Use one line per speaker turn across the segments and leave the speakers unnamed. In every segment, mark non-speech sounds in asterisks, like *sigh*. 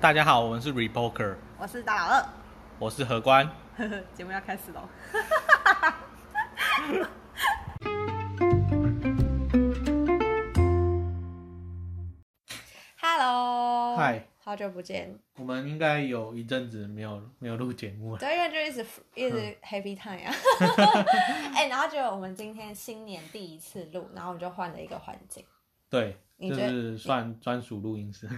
大家好，我们是 Repoker，
我是大老二
我是何官。
呵呵， *laughs* 节目要开始喽。Hello，
嗨，
好久不见。
我们应该有一阵子没有没有录节目了，
对，因为就一
嗯
直一直 Happy Time 啊。哎、然后就我们今天新年第一次录，然后我们就换了一个环境，
*laughs* 对，
你
就
觉得
是算专属录
*laughs*
音室。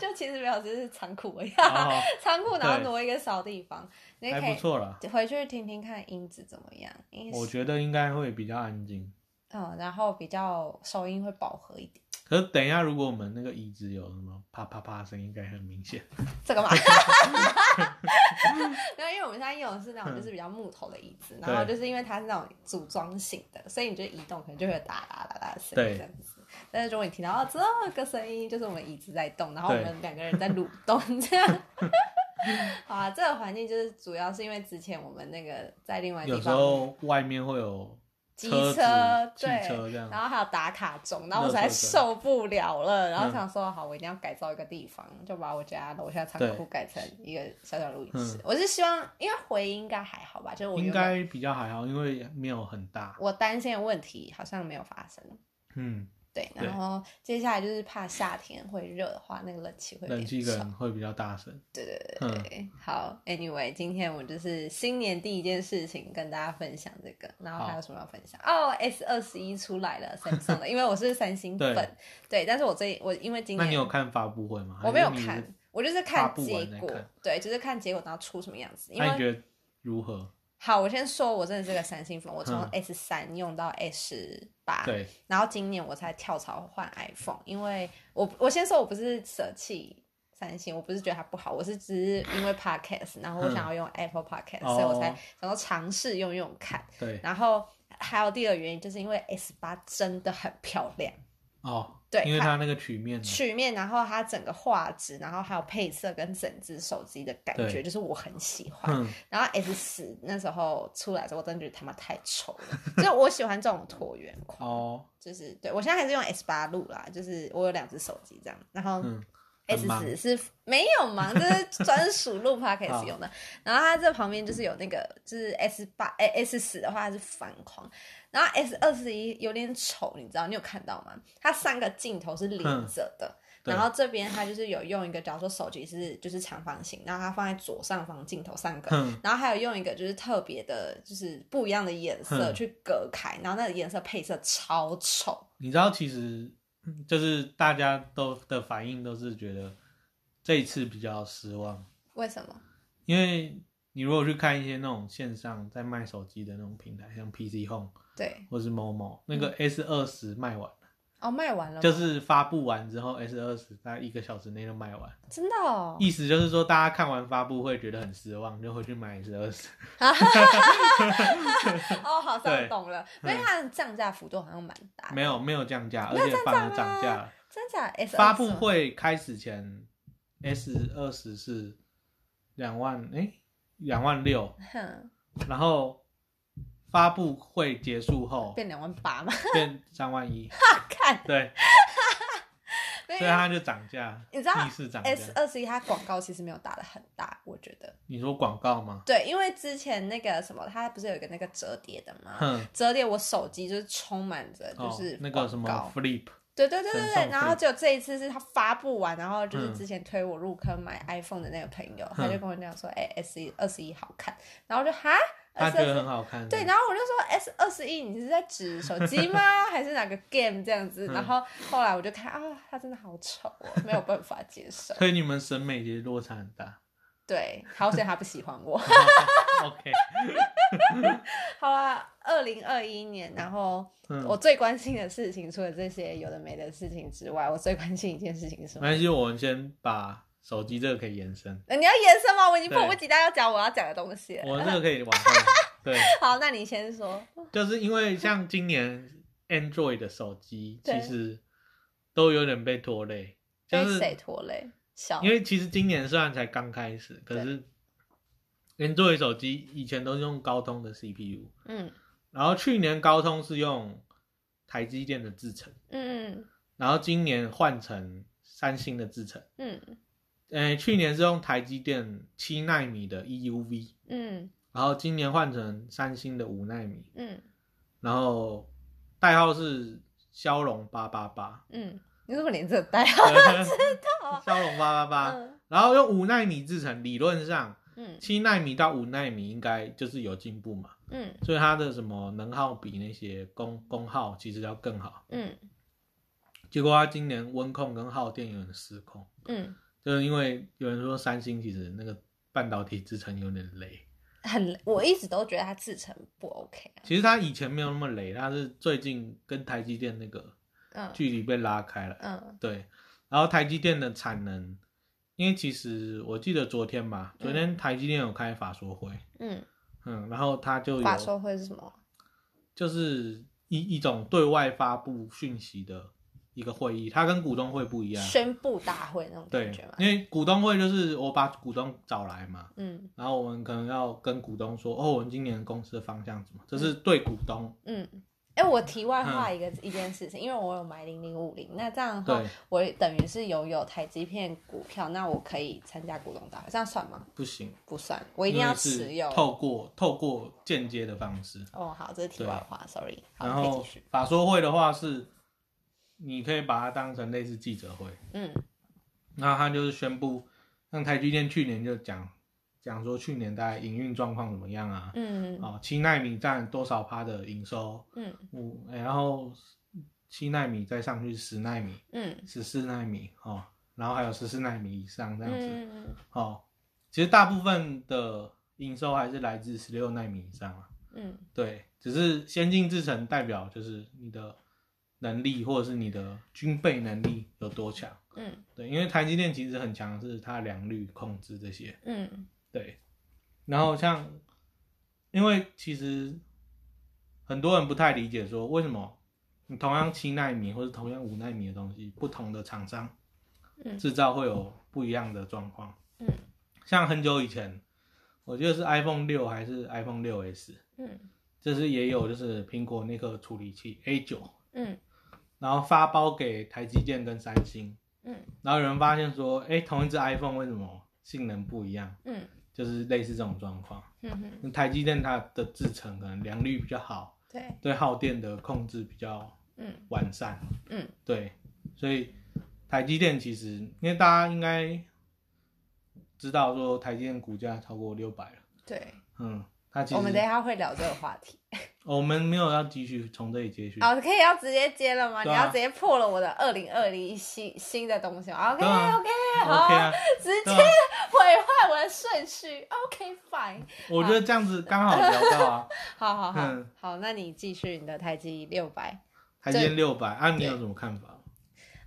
就其实没有，只是仓库而已， *laughs*
哦，
仓库然后
对
挪一个小地方，你也
还
可
不
以
错啦，
回去听听看音质怎么样，音
我觉得应该会比较安静。
嗯，然后比较收音会饱和一点，
可是等一下，如果我们那个椅子有什么啪啪啪的声音，应该很明
*laughs*
显。*laughs*
这个嘛。然后因为我们现在用的是那种就是比较木头的椅子，然后
嗯对
就是因为它是那种组装型的，所以你就移动可能就会有哒啦啦啦的声
对
音这样子。但是如果你听到这个声音，就是我们椅子在动，然后我
对
们两个人在蠕动这样。 *laughs* 好啊，这个环境就是主要是因为之前我们那个在另外地
有时
方
候外面会有
机
车子、
车
汽
对
车这样。
然后还有打卡钟，然后我实
垃
在
圾
受不了了，然后
嗯
想说好，我一定要改造一个地方，就把我家楼下仓库
对
改成一个小小录音室。
嗯
我是希望，因为回音应该还好吧，就是我
应
原本
该比较还好，因为没有很大。
我担心的问题好像没有发生。
嗯，
对，
对
然后接下来就是怕夏天会热的话，那个冷气会
冷气
变
可
吵。
能会比较大声。
对对对
嗯，
对，好，Anyway，今天我们就是新年第一件事情跟大家分享这个，然后还有什么要分享？哦，S 二十一出来了，三星的，因为我是三星粉，对，但是我最我因为今
那你
年
有看发布会吗？
我没有
还是你
看
是，
我就是
发
看
布
结
完再
果
看，
对，就是看结果然后出什么样子，因
那你
为。
觉得如
*laughs*
何？
好，我先说，我真的是个三星粉，我从
嗯
S 三用到 S 八，
对，
然后今年我才跳槽换 iPhone，因为我我先说我不是舍弃三星，我不是觉得它不好，我是只是因为 Podcast，然后我
嗯
想要用 Apple Podcast，、
哦
所以我才想要尝试用用看。
对，
然后还有第二个原因，就是因为 S 八真的很漂亮，
哦，
对
因为
它
它那个曲面呢，
曲面，然后它整个画质，然后还有配色跟整只手机的感觉，
对
就是我很喜欢。
嗯，
然后 S 十那时候出来的时候，我真的觉得他妈太丑了，就是我喜欢这种椭圆框。
哦，
就是对我现在还是用 S 八录啦，就是我有两只手机这样，然后
嗯，很
S
忙
十是没有忙，这是专属
*laughs*
录
好
Podcast 用的。然后它这旁边就是有那个，就是 S 八哎 S 十的话它是反框，然后 S 二十一有点丑，你知道？你有看到吗？它三个镜头是连着的。
对
然后这边它就是有用一个，假如说手机是就是长方形，然后它放在左上方镜头三个，
哼，
然后还有用一个就是特别的，就是不一样的颜色
嗯
去隔开，然后那个颜色配色超丑，
你知道其实嗯就是大家都的反应都是觉得这一次比较失望，
为什么？
因为你如果去看一些那种线上在卖手机的那种平台，像 PC Home
对，
或是某某，那
嗯
个 S 二十卖完了，
哦，卖完了吗，
就是发布完之后 S 二十大概一个小时内就卖完，
真的哦，
意思就是说大家看完发布会觉得很失望，就回去买 S 二十，
哦，好
对嗯
像懂了，因为它的降价幅度好像蛮大的，
没有没有降价，而
没有
且
降
反而
价
涨
吗
价了。
真假 S
发布会开始前，S 二十是两万，哎，两万六，
哼
然后发布会结束后
变两万八嘛，
变三万一，
看， *laughs*
对，
所
所以它就涨价，
哎你知道
逆势涨价。
S 二十一它广告其实没有打的很大，我觉得，
你说广告吗？
对，因为之前那个什么，它不是有一个那个折叠的吗？
哼，
折叠我手机就是充满着 *laughs* 就
哦
是、，呃
那个什么 Flip，
对对对对
神
对，
送
然后只有这一次是他发布完，然后就是
嗯
之前推我入坑买 iPhone 的那个朋友，
嗯
他就跟我讲说，哎、s 一二十一好看，然后我就哈，
他
S
觉
二
得很
十
好看。
对，然后我就说 S 二十一，你是在指手
*laughs*
机吗？还是哪个 game 这样子？
嗯。
然后后来我就看啊，他真的好丑哦，没有办法接受
所以你们审美其实落差很
*laughs*
大。
对，好险他不喜欢我。 *laughs*
OK，
好啦，二零二一年，然后
嗯，
我最关心的事情，除了这些有的没的事情之外，我最关心一件事情是什
没
么？
关系，我们先把手机这个可以延伸，
呃你要延伸吗？我已经
对
迫不及待要讲我要讲的东西了。
我们这个可以往后。对，
好，那你先说。
就是因为像今年 Android 的手机其
*laughs* 对
实都有点被拖累，就
被
是
谁拖累？小
因为其实今年虽然才刚开始，可是 Android 手机以前都是用高通的 CPU，
嗯
然后去年高通是用台积电的制程，
嗯
然后今年换成三星的制程，
嗯
呃，去年是用台积电七纳米的 EUV，
嗯
然后今年换成三星的五纳米，
嗯
然后代号是骁龙八八八，
嗯，你怎么连这代号？
*laughs* 骁龙八八八，
嗯
然后用五纳米制成，理论上
嗯
七纳米到五纳米应该就是有进步嘛，
嗯
所以它的什么能耗比那些功功耗其实要更好。
嗯
结果它今年温控跟耗电有点失控，
嗯，
就是因为有人说三星其实那个半导体制程有点累，
很，我一直都觉得它制成不 OK 啊。
其实它以前没有那么累，它是最近跟台积电那个
嗯
距离被拉开了。
嗯
对，然后台积电的产能，因为其实我记得昨天吧，昨天台积电有开法说会，
嗯，
嗯，然后它就有
法说会是什么？
就是一一种对外发布讯息的一个会议，它跟股东会不一样。
宣布大会那种
对
感觉吗，？
因为股东会就是我把股东找来嘛，
嗯
然后我们可能要跟股东说，哦，我们今年公司的方向怎么，这是对股东，
嗯。哎、我题外话一个、一件事情，因为我有买零零五零，那这样的话
嗯对，
我等于是拥有台积片股票，那我可以参加股东大会，这样算吗？
不行，
不算，我
我
一定要持有。
透过透过间接的方式，
哦，好，这是题外话，sorry。好，
然
你可以
后
继续。
法说会的话是，你可以把它当成类似记者会，
嗯
那他就是宣布，像台积电去年就讲讲说去年大概营运状况怎么样啊，
嗯
哦，七纳米占多少趴的营收，
嗯
五、哎然后七纳米再上去十纳米、
嗯
十四纳米哦，然后还有十四纳米以上这样子、
嗯
哦，其实大部分的营收还是来自十六纳米以上啊。
嗯
对，只是先进制程代表就是你的能力或者是你的军备能力有多强。
嗯
对，因为台积电其实很强的是它的良率控制这些。
嗯
对，然后像，因为其实很多人不太理解说为什么你同样七纳米或者同样五纳米的东西，不同的厂商
嗯
制造会有不一样的状况。
嗯
像很久以前，我记得是 iPhone 六还是 iPhone 六 S，
嗯
就是也有就是苹果那个处理器 A 九，
嗯
然后发包给台积电跟三星，
嗯
然后有人发现说，哎，同一只 iPhone 为什么性能不一样？
嗯
就是类似这种状况。
嗯，
那台积电它的制程可能良率比较好，
对，
对耗电的控制比较
嗯
完善，
嗯
对，所以台积电其实因为大家应该知道说台积电股价超过六百了，
对。
嗯，它其实
我们等一下会聊这个话题。
我们没有要继续从这里接续，
哦，可以要直接接了吗？你
对啊
要直接破了我的二零二零新新的东西吗？OK
对啊
OK，好
OK 啊，
直接
对啊
毁坏我的顺序。OK fine，
我觉得这样子刚好聊到
*laughs*
啊，
好好好、
嗯
好，那你继续你的台积六百。
台积电六百，啊，你有什么看法？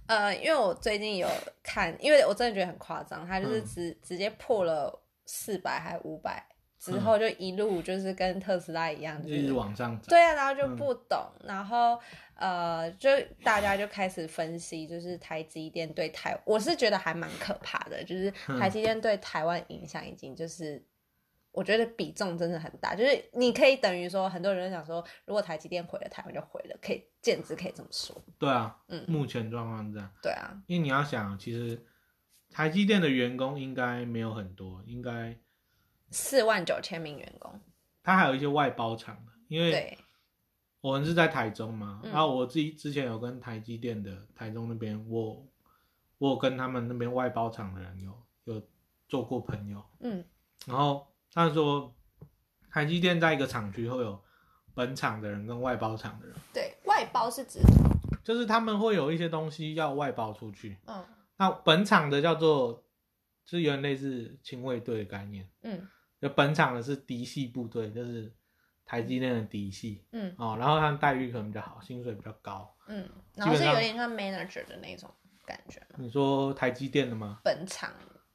呃，因为我最近有看，因为我真的觉得很夸张，它
嗯
就是直、直接破了四百还五百之后，就一路就是跟特斯拉一样，
嗯
就
一直
是
往上涨，
对啊，然后
嗯
就不懂，然后呃，就大家就开始分析，就是台积电对台，我是觉得还蛮可怕的，就是
嗯
台积电对台湾影响已经就是。我觉得比重真的很大，就是你可以等于说，很多人想说，如果台积电毁了，台湾就毁了，可以简直可以这么说。
对啊，
嗯
目前状况是这样。
对啊，
因为你要想，其实台积电的员工应该没有很多，应该
四万九千名员工，
它还有一些外包厂的，因为
对，
我们是在台中嘛，
嗯
然后我自己之前有跟台积电的台中那边，我我有跟他们那边外包厂的人有有做过朋友，
嗯
然后他说台积电在一个厂区会有本厂的人跟外包厂的人，
对，外包是指，
就是他们会有一些东西要外包出去，
嗯
那本厂的叫做就是有点类似亲卫队的概念。
嗯
就本厂的是嫡系部队，就是台积电的嫡系
嗯
哦，然后他们待遇可能比较好，薪水比较高。
嗯，然后
基
是
本上
有点像 manager 的那种感觉嘛，
你说台积电的吗？
本厂，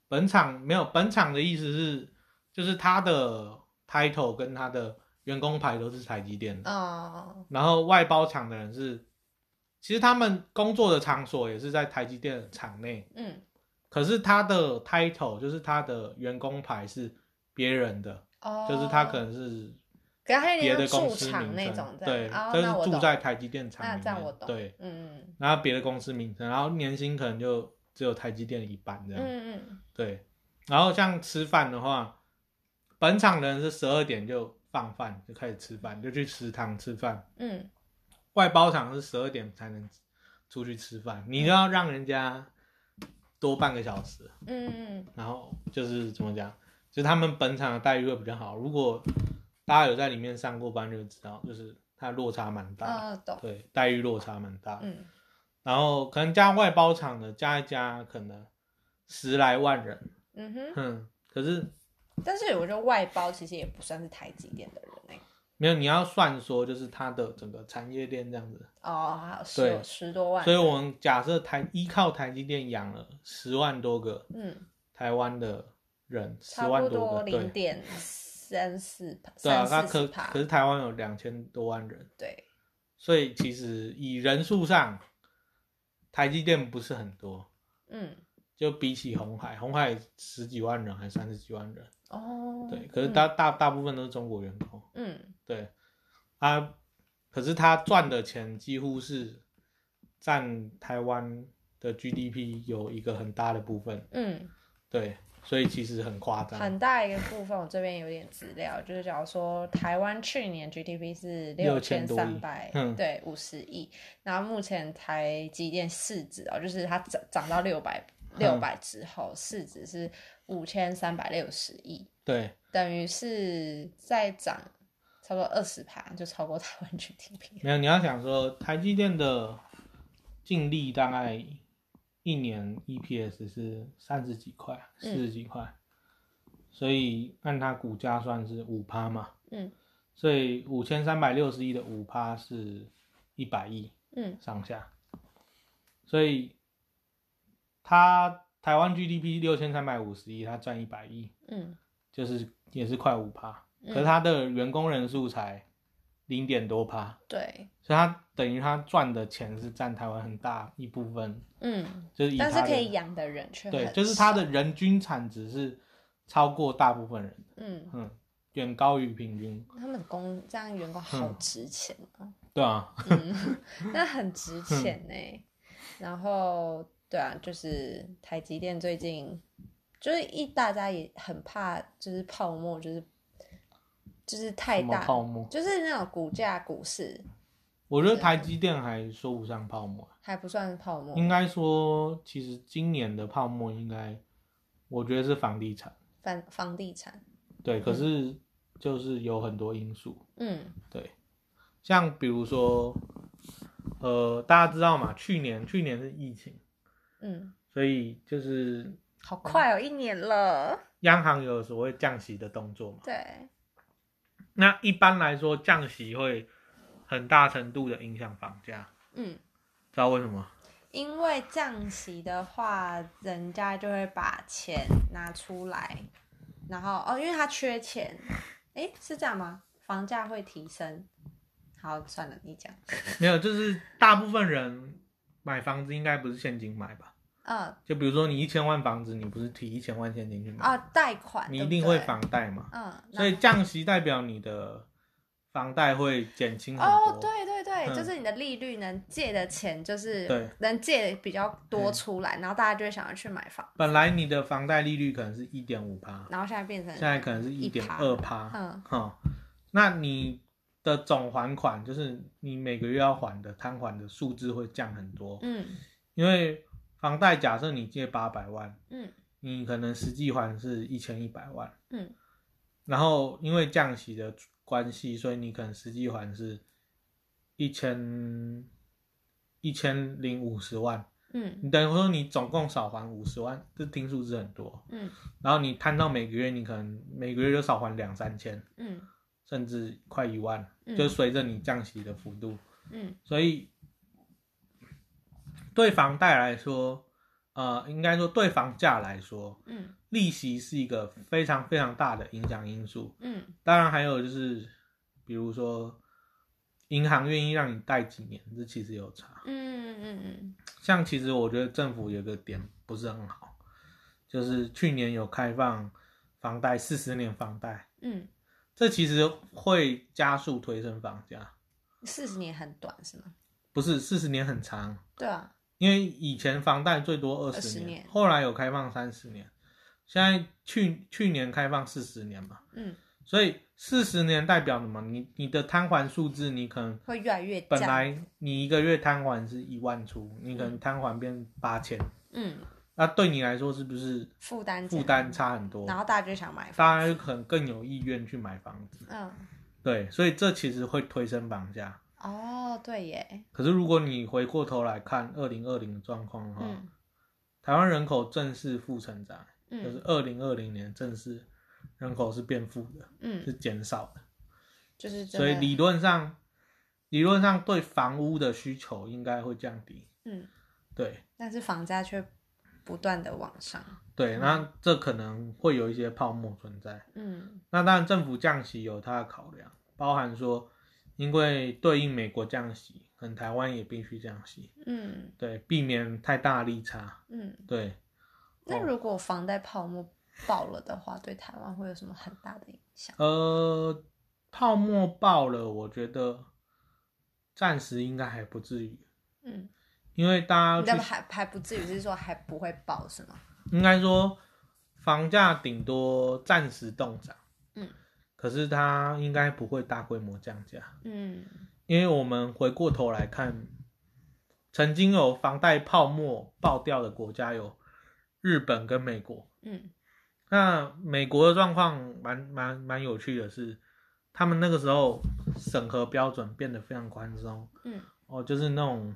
本厂没有，本厂的意思是就是他的 title 跟他的员工牌都是台积电的，
哦，
然后外包厂的人是，其实他们工作的场所也是在台积电的厂内，
嗯，
可是他的 title 就是他的员工牌是别人的，
哦，
就是他可，能是
可是他有
别
点
的
像
公
驻
司
场
名
那
称
种，这
对，
样，哦，
就
那
是
我懂
住在台积电厂里
那
面，
这样我懂，
对，
嗯
然后别的公司名称，然后年薪可能就只有台积电的一半这样。
嗯嗯，
对，然后像吃饭的话，本场人是十二点就放饭，就开始吃饭，就去食堂吃饭。
嗯，
外包场是十二点才能出去吃饭，你就要让人家多半个小时。
嗯嗯
然后就是怎么讲，就是他们本场的待遇会比较好。如果大家有在里面上过班，就知道，就是它落差蛮
嗯，
大的，
啊，懂，
对，待遇落差蛮大的。
嗯
然后可能加外包厂的加一加，可能十来万人，
嗯哼。
哼、可是
但是我觉得外包其实也不算是台积电的人哎、
没有你要算说，就是它的整个产业链这样子。
哦，还有
对
十十多万，
所以我们假设台依靠台积电养了十万多个
嗯，
台湾的人，十
差不
万多
多
个，
零
对
点三四帕，
对啊，它
三四
可
十
可
帕，
是台湾有两千多万人。
对，
所以其实以人数上，台积电不是很多，
嗯，
就比起红海，红海十几万人还三十几万人，
哦，
对，可是大大大部分都是中国员工，
嗯，
对，他，可是他赚的钱几乎是占台湾的 GDP 有一个很大的部分，
嗯
对，所以其实很夸
嗯，
张，
很大一个部分，我这边有点资料，就是假如说台湾去年 GDP 是
6300
千三百
嗯，
对，五十亿，然后目前台积电市值哦，就是它涨涨到六百
嗯
六百之后，市值是五千三百六十亿，
对，
等于是再涨差不多二十趴，就超过台湾 GDP。
没有你要想说台积电的净利大概一年 EPS 是三十几块，四
嗯
十几块，所以按它股价算是五趴嘛，
嗯
所以五千三百六十亿的五趴是一百亿
嗯
上下，所以它台湾 GDP 六千三百五十亿，它赚一百亿，
嗯
就是也是快五趴，可是
嗯，
它的员工人数才零点多趴。
对，
所以他等于他赚的钱是占台湾很大一部分，
嗯，
就是以他
但
的
是可以养的人却
对，
很
就是
少
他的人均产值是超过大部分人的，
嗯，
嗯，远高于平均，
他们工这样员工
嗯
好值钱哦，
对啊，
嗯，
*laughs*
那很值钱呢、然后对啊，就是台积电最近就是一大家也很怕，就是泡沫，就是就是太
什么
大，
泡沫？
就是那种股价股市
我觉得台积电还说不上泡沫，啊
还不算泡沫，
应该说其实今年的泡沫应该，我觉得是房地产，
房房地产，
对，可是就是有很多因素，
嗯
对，像比如说，呃，大家知道嘛，去年去年是疫情，
嗯，
所以就是
好快哦，一年了，
央行有所谓降息的动作嘛。
对，
那一般来说，降息会很大程度的影响房价，
嗯，
知道为什么？
因为降息的话，人家就会把钱拿出来，然后哦，因为他缺钱，诶，是这样吗？房价会提升。好，算了，你讲。
没有，就是大部分人买房子应该不是现金买吧？
嗯，
就比如说你一千万房子，你不是提一千万现金去买，
啊，贷款，
你
对
一
不
定会
对。
房贷嘛。
嗯，那
所以降息代表你的房贷会减轻很多。
哦，对对对，
嗯
就是你的利率能借的钱，就是
对
能借比较多
嗯
出来，然后大家就会想要去买房，
本来你的房贷利率可能是一点五趴，
然后现在变成
现在可能是一点二趴。
嗯
哦，那你的总还款就是你每个月要还的摊还的数字会降很多，
嗯
因为房贷假设你借八百万，
嗯
你可能实际还是一千一百万，
嗯
然后因为降息的关系，所以你可能实际还是一千一千零五十万，
嗯
你等于说你总共少还五十万，这听数字很多，
嗯
然后你摊到每个月，你可能每个月就少还两三千，
嗯
甚至快一万。
嗯，
就随着你降息的幅度，
嗯
所以对房贷来说，呃，应该说对房价来说，
嗯
利息是一个非常非常大的影响因素。
嗯
当然还有就是，比如说银行愿意让你贷几年，这其实有差。
嗯嗯
像其实我觉得政府有个点不是很好，就是去年有开放房贷四十年房贷，
嗯
这其实会加速推升房价。
嗯，四十年很短是吗？
不是四十年很长，
对啊，
因为以前房贷最多二十
20
年，
年
后来有开放三十年，现在去去年开放四十年嘛，
嗯，
所以四十年代表什么？你你的摊还数字，你可能
会越来越
本
降
来你一个月摊还是一万出，你可能摊还变八千，
嗯
那对你来说是不是
负担
负
减
担，差很多？
然后大家就想买房，
大家可能更有意愿去买房子，
嗯
对，所以这其实会推升房价。
哦对耶，
可是如果你回过头来看二零二零的状况的话，
嗯
台湾人口正式负成长，就
嗯
是二零二零年正式人口是变负的，
嗯，
是减少的，
就是真
所以
的
理论上，理论上对房屋的需求应该会降低，
嗯，
对
但是房价却不断的往上，
对，
嗯
那这可能会有一些泡沫存在。
嗯
那当然，政府降息有它的考量，包含说，因为对应美国降息，可能台湾也必须降息，
嗯
对，避免太大利差，
嗯。
对，
那
哦
如果房贷泡沫爆了的话，对台湾会有什么很大的影响？
呃，泡沫爆了，我觉得暂时应该还不至于，
嗯，
因为大家
那
去
么还还不至于是说还不会爆是吗？
应该说房价顶多暂时动涨，
嗯，
可是它应该不会大规模降价，
嗯
因为我们回过头来看，曾经有房贷泡沫爆掉的国家有日本跟美国。
嗯
那美国的状况蛮蛮蛮有趣的是，他们那个时候审核标准变得非常宽松
嗯
哦，就是那种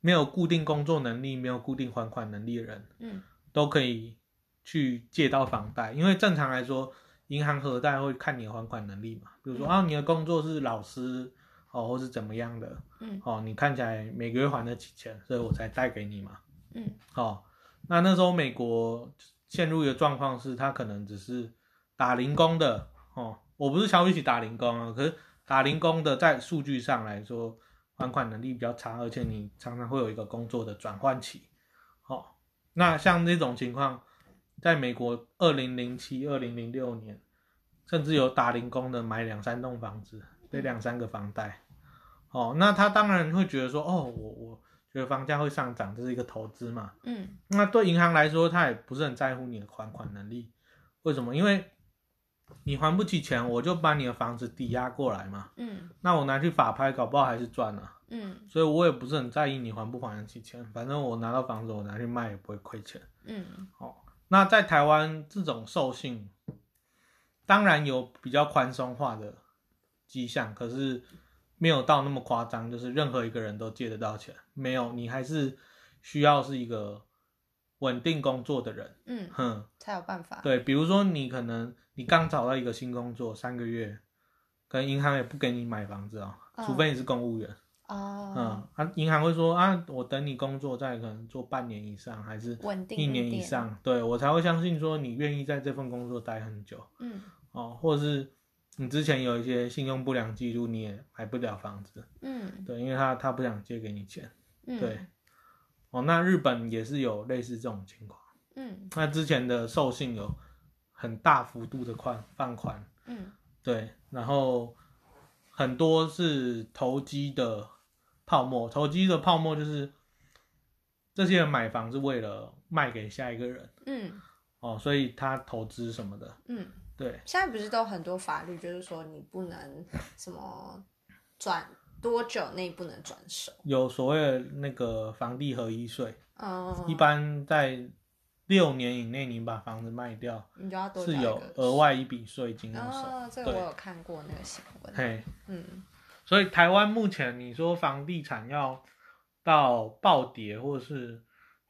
没有固定工作能力、没有固定还款能力的人
嗯
都可以去借到房贷，因为正常来说，银行核贷会看你的还款能力嘛，比如说啊，你的工作是老师哦，或是怎么样的，
嗯
哦，你看起来每个月还得起钱，所以我才贷给你嘛。
嗯
哦，那那时候美国陷入一个状况是，他可能只是打零工的哦，我不是瞧不起打零工啊，可是打零工的在数据上来说，还款能力比较差，而且你常常会有一个工作的转换期。哦，那像这种情况，在美国二零零七、二零零六年，甚至有打零工的买两三栋房子，背两三个房贷。哦，那他当然会觉得说，哦，我我觉得房价会上涨，这是一个投资嘛。
嗯
那对银行来说，他也不是很在乎你的还款能力，为什么？因为你还不起钱，我就把你的房子抵押过来嘛，
嗯
那我拿去法拍，搞不好还是赚了、
嗯
所以我也不是很在意你还不还得起钱，反正我拿到房子，我拿去卖也不会亏钱。
嗯
那在台湾这种授信，当然有比较宽松化的迹象，可是没有到那么夸张，就是任何一个人都借得到钱，没有，你还是需要是一个稳定工作的人，
嗯，
哼，
才有办法。
对，比如说你可能你刚找到一个新工作三个月，可能银行也不给你买房子哦，
嗯
除非你是公务员，
哦，
嗯，啊，银行会说啊，我等你工作再可能做半年以上，还是
稳定
一年以
点。
上，对我才会相信说你愿意在这份工作待很久
嗯
哦，或者是你之前有一些信用不良记录，你也买不了房子，
嗯
对，因为他他不想借给你钱
嗯，
对，哦。那日本也是有类似这种情况，
嗯
那之前的授信有很大幅度的宽放宽，
嗯
对，然后很多是投机的泡沫，投机的泡沫就是这些人买房是为了卖给下一个人。
嗯
哦，所以他投资什么的，
嗯，
对，
现在不是都有很多法律，就是说你不能什么转多久内不能转手。
有所谓的那个房地合一税，
嗯，
一般在六年以内你把房子卖掉
你就要多
是
缴一
有
个
额外一笔税金要收，
哦，这个我有看过那个新闻。
嘿，
嗯
所以台湾目前你说房地产要到暴跌或是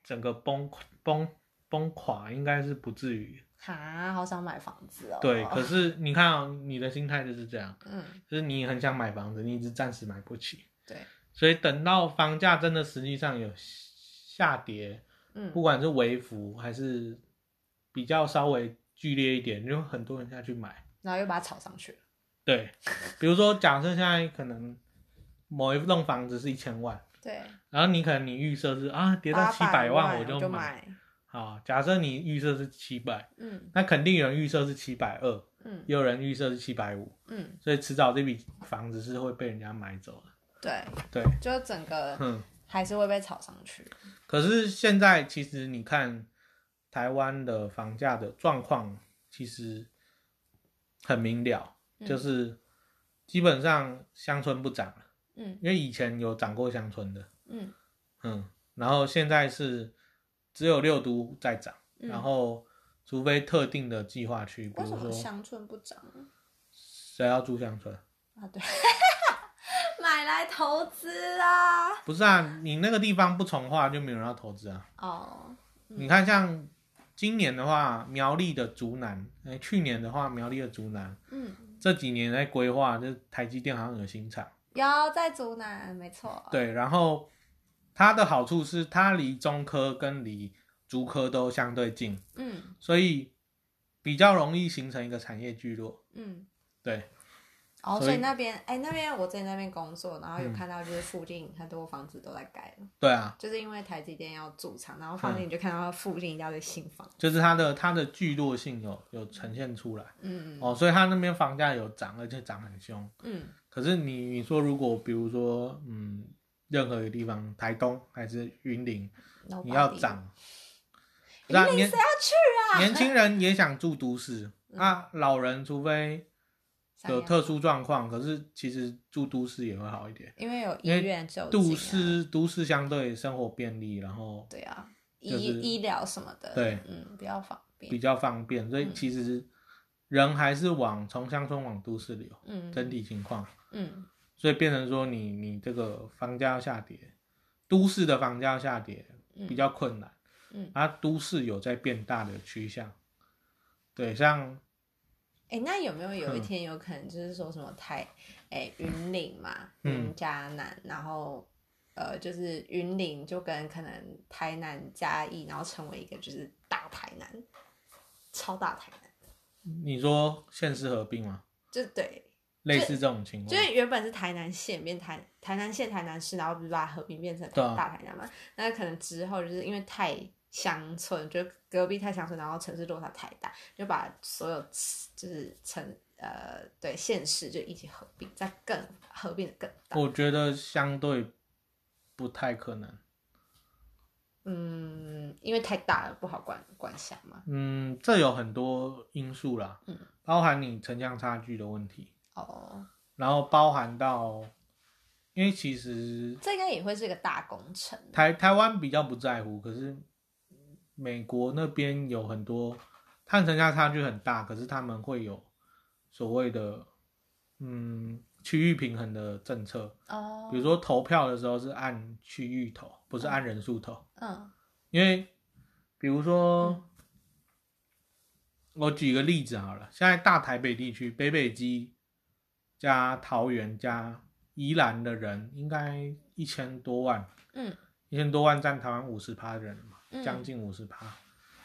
整个崩崩崩垮，应该是不至于，
哈，好想买房子哦。
对，可是你看、哦、你的心态就是这样，
嗯，
就是你很想买房子，你只暂时买不起，
对，
所以等到房价真的实际上有下跌，
嗯
不管是微幅还是比较稍微剧烈一点，就很多人下去买。
然后又把它炒上去了。
对，比如说假设现在可能某一栋房子是一千万，
对，
然后你可能你预设是啊跌到七
百
百万
我
我
就
就买。好，假设你预设是七百，
嗯
那肯定有人预设是七百二，
嗯
也有人预设是七百五，
嗯，
所以迟早这笔房子是会被人家买走的。
对，
对，
就整个
哼，
还是会被炒上去。
可是现在其实你看台湾的房价的状况，其实很明了，
嗯
就是基本上乡村不涨了，
嗯
因为以前有涨过乡村的，
嗯
嗯，然后现在是只有六都在涨，
嗯。
然后除非特定的计划区，比
为什
如
么
说
乡村不涨呢
谁要住乡村？
啊？对， *laughs* 买来投资啊。
不是啊，你那个地方不重化就没有人要投资啊。
哦，
你看，像今年的话，苗栗的竹南，哎，去年的话，苗栗的竹南，
嗯，
这几年在规划，就是台积电好像有新厂，
有在竹南，没错。
对，然后它的好处是它离中科跟离竹科都相对近，
嗯
所以比较容易形成一个产业聚落。
嗯。
对，
哦，
所以
所以那边，哎、那边我之前在那边工作，然后有
嗯
看到就是附近很多房子都在盖了，
对啊，
就是因为台积电要筑厂，然后房
嗯
间你就看到附近一大堆新房。
就是它的它的聚落性有有呈现出来
嗯
哦，所以它那边房价有涨，而且涨很凶。
嗯
可是你你说如果比如说嗯，任何一个地方，台东还是云林，
，nobody，
你要涨，
云
让
林
年
谁要去啊？嗯
年轻人也想住都市，啊，老人除非
三
有
亚，
特殊状况，可是其实住都市也会好一点。
因为有医
因为
院就
都市都市相对生活便利，然后
对啊，医、
就是
医疗什么的，
对，
嗯，比较方便
比。较方便，所以
嗯
其实人还是往从乡村往都市流，
嗯，
整体情况，
嗯
所以变成说你你这个房价要下跌，都市的房价要下跌
嗯
比较困难。
嗯，
啊，都市有在变大的趋向。对，像
哎、那有没有有一
嗯
天有可能就是说什么台，哎、云岭嘛，
嗯
云嘉南，然后呃，就是云岭就跟可能台南嘉义，然后成为一个就是大台南，超大台南，
你说县市合并吗？
就对，
类似这种情
就
况，
是原本是台南县变台台南县台南市，然后不是把它合并变成
对啊
大台南嘛？那可能之后就是因为太乡村，就隔壁太乡村，然后城市落差太大，就把所有就是城呃对县市就一起合并，再更合并的更大。
我觉得相对不太可能。
嗯，因为太大了不好管管辖嘛。
嗯，这有很多因素啦，
嗯
包含你城乡差距的问题，
哦，
然后包含到，因为其实
这应该也会是一个大工程。
台台湾比较不在乎，可是美国那边有很多，他们城乡差距很大，可是他们会有所谓的嗯区域平衡的政策，
哦
比如说投票的时候是按区域投，不是按人数投，
嗯
因为比如说我举个例子好了，现在大台北地区北北基加桃园加宜兰的人应该一千多万。
嗯
一千多万占台湾五十趴的人嘛，
嗯
将近五十趴。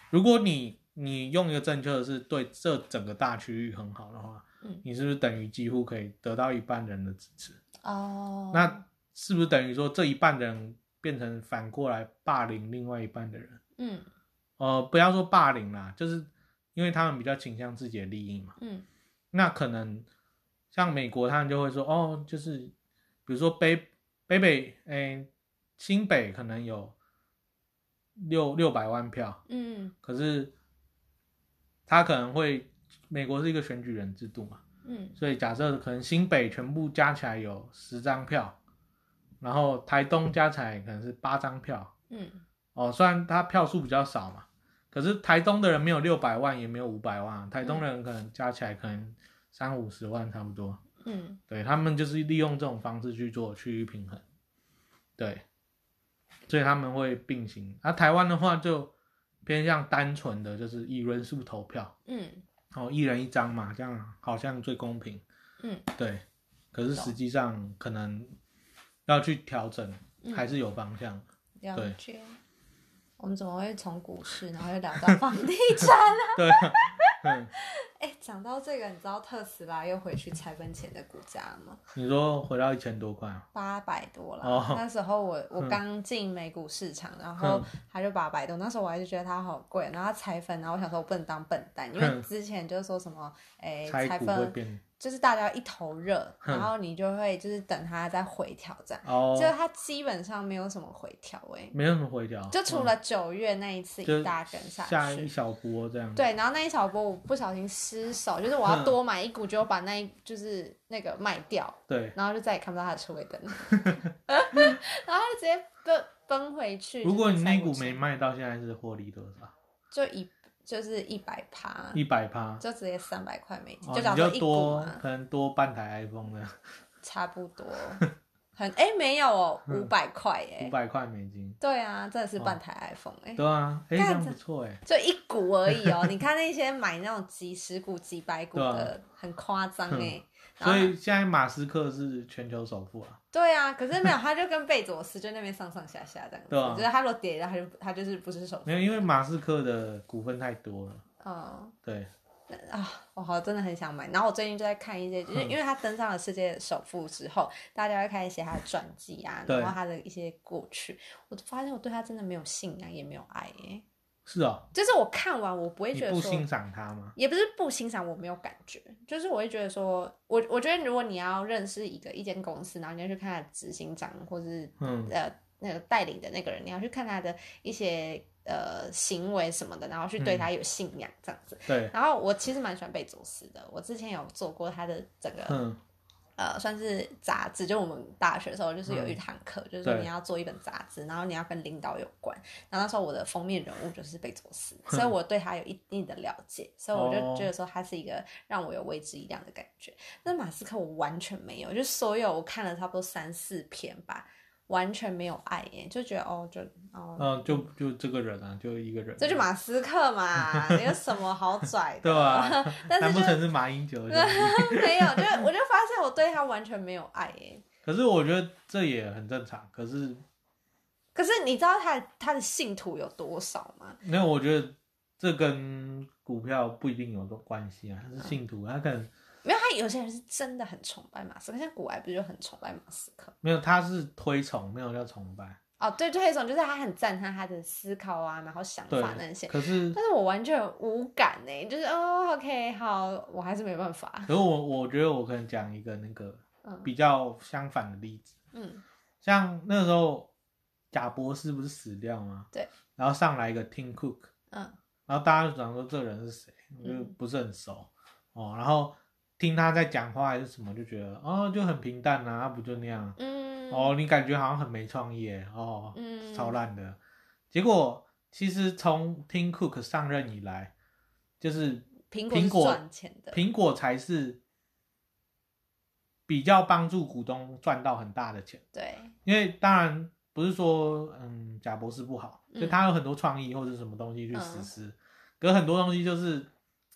如果你你用一个政策是对这整个大区域很好的话，
嗯
你是不是等于几乎可以得到一半人的支持？
哦，
那是不是等于说这一半人变成反过来霸凌另外一半的人？
嗯
呃，不要说霸凌啦，就是因为他们比较倾向自己的利益嘛。
嗯
那可能像美国，他们就会说，哦，就是比如说北北北，诶、新北可能有六六百万票，
嗯
可是他可能会，美国是一个选举人制度嘛，
嗯
所以假设可能新北全部加起来有十张票，然后台东加起来可能是八张票，
嗯
哦，虽然他票数比较少嘛，可是台东的人没有六百万，也没有五百万啊，台东的人可能加起来可能三五十万差不多。
嗯，
对他们就是利用这种方式去做区域平衡，对，所以他们会并行。而、台湾的话就偏向单纯的就是以人数投票，
嗯
哦，一人一张嘛，这样好像最公平。
嗯，
对。可是实际上可能要去调整，还是有方向。
了
对
解。我们怎么会从股市，然后又聊到房地产？ *laughs*
对，嗯，
哎、讲到这个，你知道特斯拉又回去拆分前的股价了吗？
你说回到一千多块啊？
八百多了。
哦
那时候我我刚进美股市场，然后
嗯
它就八百多，那时候我还是觉得它好贵，然后它拆分，然后我想说我不能当笨蛋，因为
嗯
之前就说什么哎、
拆
拆
股会
分
变
就是大家一头热，
嗯
然后你就会就是等它再回调这样，
哦
结，果它基本上没有什么回调哎、
没有什么回调，
就除了九月那一次
嗯就
一大根下去，
下一小波这样，，
对，然后那一小波我不小心失手，就是我
嗯
要多买一股，就把那一就是那个卖掉，
对，
然后就再也看不到它的车尾灯， *laughs* 然后它就直接奔奔回去。
如果你那股
就是
没
350
卖到，现在是获利多少？
就一就是一百趴，
一百趴，
就直接三百块美金，
哦，
就
你
讲说
就
一股
多
嘛，
可能多半台 iPhone 的
差不多，很哎、没有哦，五百块
五
哎，
百块美金，
对啊，真的是
嗯哦
半台 iPhone 哎、
对啊，哎，这
干
样
这
不错哎，
就一股而已哦，你看那些买那种几十股、几百股的，很夸张哎。然
啊所
后
以现在马斯克是全球首富啊，
对啊，可是没有，他就跟贝佐斯就那边上上下下这样子。
对啊
就是他如果跌了，他就他就是不是首富。
没有，因为马斯克的股份太多了，
嗯
对，
啊，我好真的很想买。然后我最近就在看一些，就是
嗯
因为他登上了世界首富之后，大家会开始写他的传记啊，
对
然后他的一些过去。我发现我对他真的没有信仰，也没有爱耶。
是哦，
就是我看完，我不会
你
觉得
不
说
欣赏他吗？
也不是不欣赏，我没有感觉，就是我会觉得说，我我觉得如果你要认识一个一间公司，然后你要去看它的执行长或是
嗯，
呃那个带领的那个人，你要去看他的一些呃行为什么的，然后去对他有信仰这样子。
对，
然后我其实蛮喜欢贝佐斯的，我之前有做过他的整个
嗯，
呃，算是杂志，就我们大学的时候就是有一堂课，就是说
嗯对
你要做一本杂志，然后你要跟领导有关。然后那时候我的封面人物就是贝佐
*laughs*
斯，所以我对他有一定的了解，所以我就
哦
觉得说他是一个让我有为之一亮的感觉。那马斯克我完全没有，就所有我看了差不多三四篇吧，完全没有爱耶，就觉得哦，就哦，
嗯，就就这个人啊，就一个人，
*laughs* 这就马斯克嘛，你有什么好拽的？
对
*laughs*
吧？
但
难
是
不
就
成是马英九的兄弟？
*laughs* 没有，就我就发现我对他完全没有爱耶。
可是我觉得这也很正常。可是
可是你知道他的他的信徒有多少吗？
没有，我觉得这跟股票不一定有关系啊。他是信徒，他可能
没有，他有些人是真的很崇拜马斯克，像古埃不是就很崇拜马斯克？
没有，他是推崇，没有叫崇拜。
哦，对，就有一种就是他很赞叹他的思考啊，然后想
对
法那，些。
可是
但是我完全无感呢、就是哦，OK，好，我还是没办法。
可是我我觉得我可能讲一个那个
嗯
比较相反的例子，
嗯，
像那时候贾博士不是死掉吗？
对，
然后上来一个 Tim Cook，
嗯
然后大家就想说这人是谁，我就
嗯
不是很熟、哦。然后听他在讲话还是什么，就觉得哦就很平淡啊，他不就那样啊、
嗯，
哦，你感觉好像很没创意耶哦，
嗯
超烂的。结果其实从 Tim Cook 上任以来，就是
苹
苹
是
果
赚钱的，
苹果才是比较帮助股东赚到很大的钱，
对，
因为当然不是说嗯贾博士不好，
嗯
就他有很多创意或者什么东西去实施，可是很多东西就是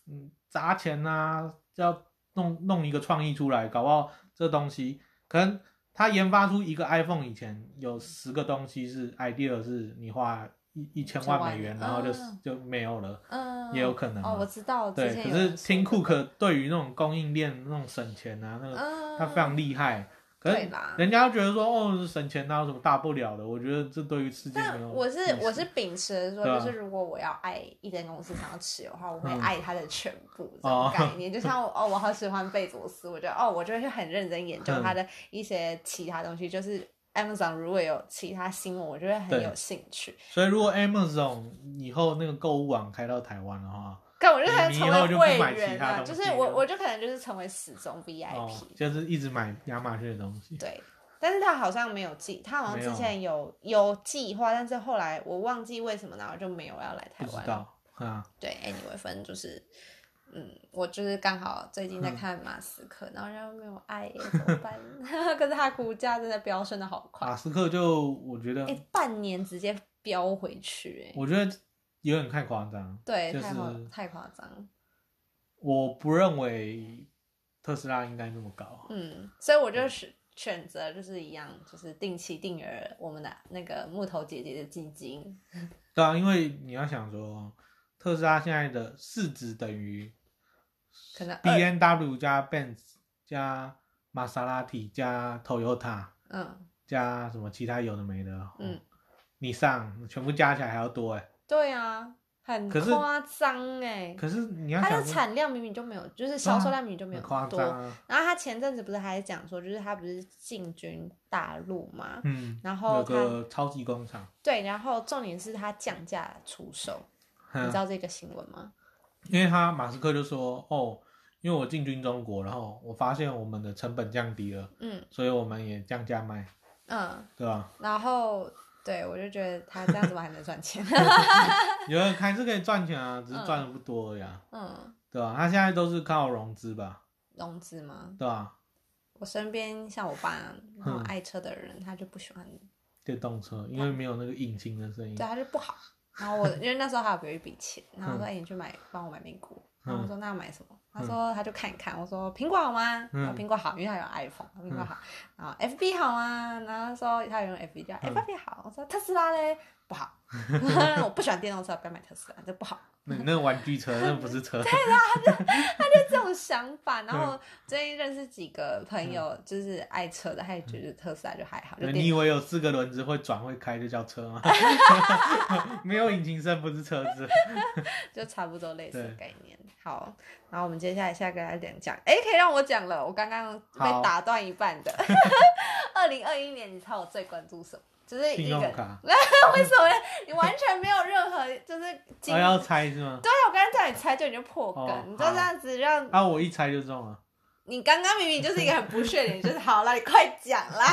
嗯砸钱啊，要弄弄一个创意出来，搞不好这东西可能。他研发出一个 iPhone 以前有十个东西是 idea 是你花一一千万美元，
一千万
然后就、
嗯
就没有了，
嗯，
也有可能嘛啊
哦，我知道，之
对，
前
可
有
是
人说
Tim
过
Cook 对于那种供应链那种省钱啊，那个、
嗯，
他非常厉害。可
对
是
啦
人家觉得说哦省钱哪有什么大不了的？我觉得这对于世界没
但
有。
我是我是秉持说，
对啊
就是如果我要爱一间公司，想要持有的话，我会
嗯
爱它的全部这
哦
种
*laughs*
概念。就像我哦，我好喜欢贝佐斯，我觉得哦，我就会很认真研究
嗯
他的一些其他东西，就是 Amazon 如果有其他新闻，我就会很
对
有兴趣。
所以如果 Amazon 以后那个购物网开到台湾的话，
但我就可能
你
成
以后就
为
不
会
买其
员
他
啊，
东西
就是我
了
我就可能就是成为始终 VIP，、
哦，就是一直买亚马逊的东西。
对，但是他好像没有计，他好像
没
之
有
前有有计划，但是后来我忘记为什么，然后就没有要来台
不知
湾了。
道啊，
对，anyway，反正就是，嗯，我就是刚好最近
嗯
在看马斯克，然后人家没有爱耶，怎么办？ *laughs* 可是他股价真的飙升的好快，
马斯克就我觉得
哎、半年直接飙回去，哎，
我觉得有点太夸张。
对，
就
太夸
是
太夸张，
我不认为特斯拉应该那么高。
嗯，所以我就是选择就是一样，就是定期定额我们的那个木头姐姐的基金，
对啊，因为你要想说，特斯拉现在的市值等于
可能
B
二
N W 加 Benz 加玛莎拉蒂加 Toyota
嗯，
加什么其他有的没的，哦
嗯，
你上全部加起来还要多哎，
对啊，很
可是
夸张哎。
可是你要
它
想
的
说啊
产量明明就没有，就是销售量明明就没
很
有
夸
多。
张啊，
然后他前阵子不是还讲说，就是他不是进军大陆嘛，
嗯，
然
有
后他
个超级工厂，
对，然后重点是他降价出售，你
嗯
知道这个新闻吗？
*laughs* 因为他马斯克就说哦，因为我进军中国，然后我发现我们的成本降低了，
嗯
所以我们也降价卖，
嗯，
对吧？
然后对我就觉得他这样子我还能赚钱， *laughs*
有人还是可以赚钱啊，只是赚的不多呀、
嗯，
对吧、他现在都是靠融资吧，
融资吗？
对吧、
我身边像我爸那种
嗯
爱车的人，他就不喜欢，
电动车，因为没有那个引擎的声音
对，，啊他就不好。
*laughs*
然后我因为那时候还有给我一笔钱，然后我
嗯
说：“哎、你去买，帮我买苹果。”然后我
嗯
说：“那要买什么？”他说：“他就看一看。”我说：“苹果好吗？”
嗯
然后苹果好，因为他有 iPhone，苹果好。然后 FB 好吗？然后说他有用 FB，叫
嗯
FB 好。我说特斯拉嘞
*laughs*
不好，我不喜欢电动车，不要买特斯拉，这不好。
那那玩具车那不是
*laughs*
车，
啊这种想法，然
嗯
后最近认识几个朋友，就是爱车的，他也
嗯
觉得特斯拉就还好，就
你
电
以为有四个轮子会转会开就叫车
*laughs*
吗？没有引擎声不是车子，
就差不多类似的
对
概念。好，然后我们接下来下个来讲讲，哎，可以让我讲了，我刚刚
好
被打断一半的。二零二一年，你猜我最关注什么？就是
信
一
用
个，
卡，
*laughs*
哦
为什么呢你完全没有任何就是经
我、哦要猜是吗？
对啊，我刚刚叫你猜，就你就破梗，
哦
你就这样子让
啊，我一猜就中了，
你刚刚明明就是一个很不屑的脸，就是好啦，你快讲啦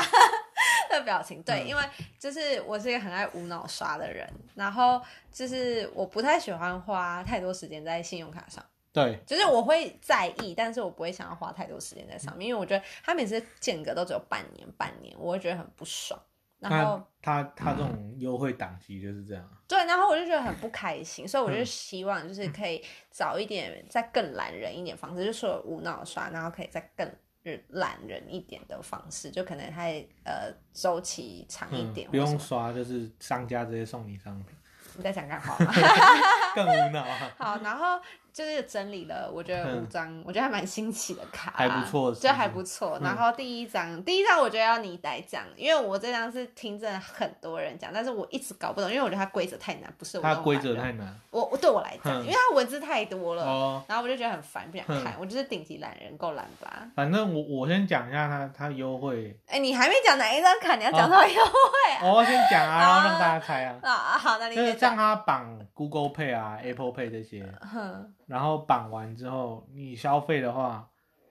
*laughs* 的表情。对，
嗯
因为就是我是一个很爱无脑刷的人，然后就是我不太喜欢花太多时间在信用卡上，
对，
就是我会在意，但是我不会想要花太多时间在上面，因为我觉得他每次间隔都只有半年，半年我会觉得很不爽。然后、
他他他这种优惠档期就是这样，
对，然后我就觉得很不开心，所以我就
嗯
希望就是可以找一点再更懒人一点方式，就说无脑刷，然后可以再更懒人一点的方式，就可能它呃周期长一
嗯
点，，
不用。刷，就是商家直接送你商
*laughs*
品，
你在讲干话吗？。
更无脑、啊
好，然后就是整理了，我觉得五
嗯
张，我觉得还蛮新奇的卡，啊
还不错是
就
不
还
是
不错。
嗯
然后第一张，第一张我觉得要你来讲，因为我这张是听着很多人讲，但是我一直搞不懂，因为我觉得它规则太难，不是我
它
那种
规
懒
则
人
太难
我我对我来讲，
嗯
因为它文字太多了，
哦。嗯
然后我就觉得很烦，不想看。我就是顶级懒人，够懒吧？
反正我我先讲一下它它优惠，
哎，你还没讲哪一张卡，你要讲到以后
哦我先讲啊，
啊
然后让大家猜啊。
啊？好，那你
就是
先
像
讲。
它绑 Google Pay 啊、Apple Pay 这些，
哼，
然后绑完之后，你消费的话，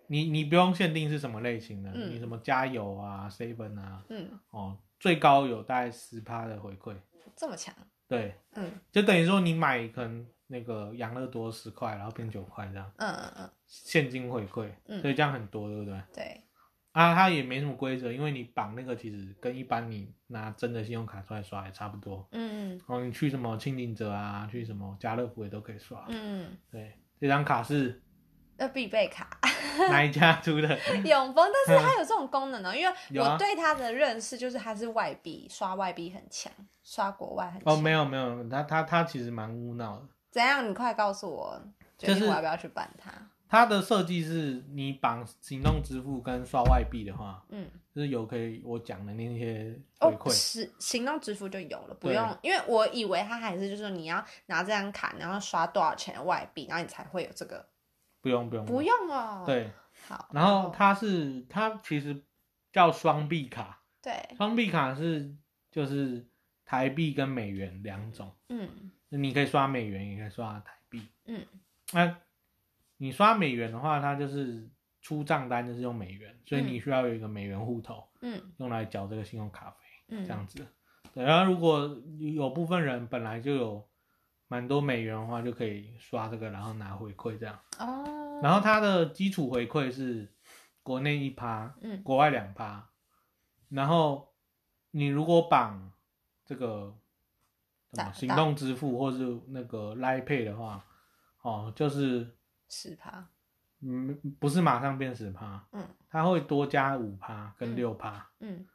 你你不用限定是什么类型的，
嗯
你什么加油啊、seven 啊，
嗯，
哦，最高有大概十趴的回馈，
这么强，
对，
嗯
就等于说你买可能那个养乐多十块，然后变九块这样，
嗯嗯嗯，
现金回馈，
嗯
所以这样很多，对不对？
对，
啊，它也没什么规则，因为你绑那个其实跟一般你拿真的信用卡出来刷也差不多。
嗯
然后你去什么清零者啊，去什么家乐福也都可以刷。
嗯，
对，这张卡是
那必备卡
哪一家出的？
永丰，但是它有这种功能哦，因为
有啊
我对它的认识就是它是外币，刷外币很强，刷国外很
哦，
强。
没有没有，他他他其实蛮无脑的。
怎样？你快告诉我，决
就
定
是
我要不要去办它？
它的设计是你绑行动支付跟刷外币的话，
嗯。
就是有可以我讲的那些回
哦，
馈。
是行动支付就有了，不
对
用，因为我以为它还是就是说你要拿这张卡，然后刷多少钱的外币，然后你才会有这个，
不用不用。
不用哦。，
嗯对，
好。
然后它是它其实叫双币卡，
对，
双币卡是就是台币跟美元两种。
嗯
你可以刷美元，也可以刷台币。
嗯，
那、你刷美元的话，它就是出账单就是用美元，所以你需要有一个美元户头
嗯
用来缴这个信用卡费，
嗯，
这样子。对，然后如果有部分人本来就有蛮多美元的话，就可以刷这个，然后拿回馈这样。
哦。
然后它的基础回馈是国内一趴，
嗯
国外两趴。然后你如果绑这个什么
打
行动支付或是那个 Line Pay 的话，哦，就是
十趴，
嗯，不是马上变十趴，
嗯
它会多加五趴跟
嗯
六趴，
嗯，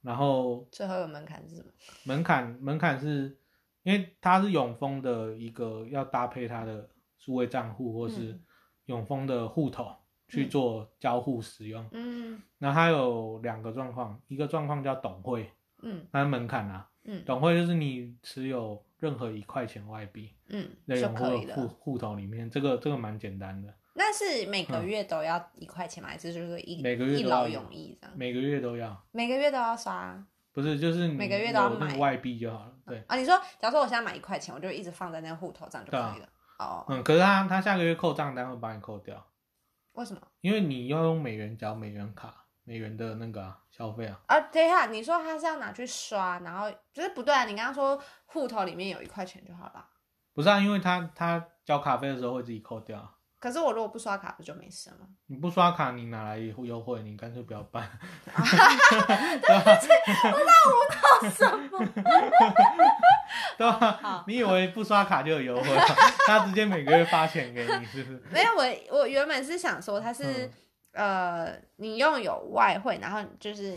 然后
最后有门槛是什么？
门槛门槛是因为它是永丰的一个要搭配它的数位账户或是
嗯
永丰的户头去
嗯
做交互使用。
嗯
那它有两个状况，一个状况叫董会，
嗯
它是门槛啊，
嗯
董会就是你持有任何一块钱外币
嗯，
在
就
用
可
户
以
的
了
户。户头里面，这个这个蛮简单的，
那是每个月都要一块钱吗？还是就是一
嗯每个月
一
都要
劳
有
永逸这样？
每个月都要，
每个月都要刷啊？
不是就是你
每个月都要
有那
买
个外币就好了，对，
你说，假如说我现在买一块钱，我就一直放在那个户头，这样就可
啊
以了。哦，
嗯，可是他他下个月扣账单会帮你扣掉，
为什么？
因为你要用美元缴美元卡，美元的那个、啊、消费啊，
啊，等一下，你说他是要拿去刷，然后就是不对啊！你刚刚说户头里面有一块钱就好了，
不是啊，因为他他交卡费的时候会自己扣掉啊，
可是我如果不刷卡，不就没事了吗？ *laughs*
你不刷卡你哪来优惠？你干脆不要办。 *laughs* 对吧
好？
你以为不刷卡就有优惠啊？他直接每个月发钱给你，是不是？
没有，我我原本是想说他是、
嗯
呃，你用有外汇，然后就是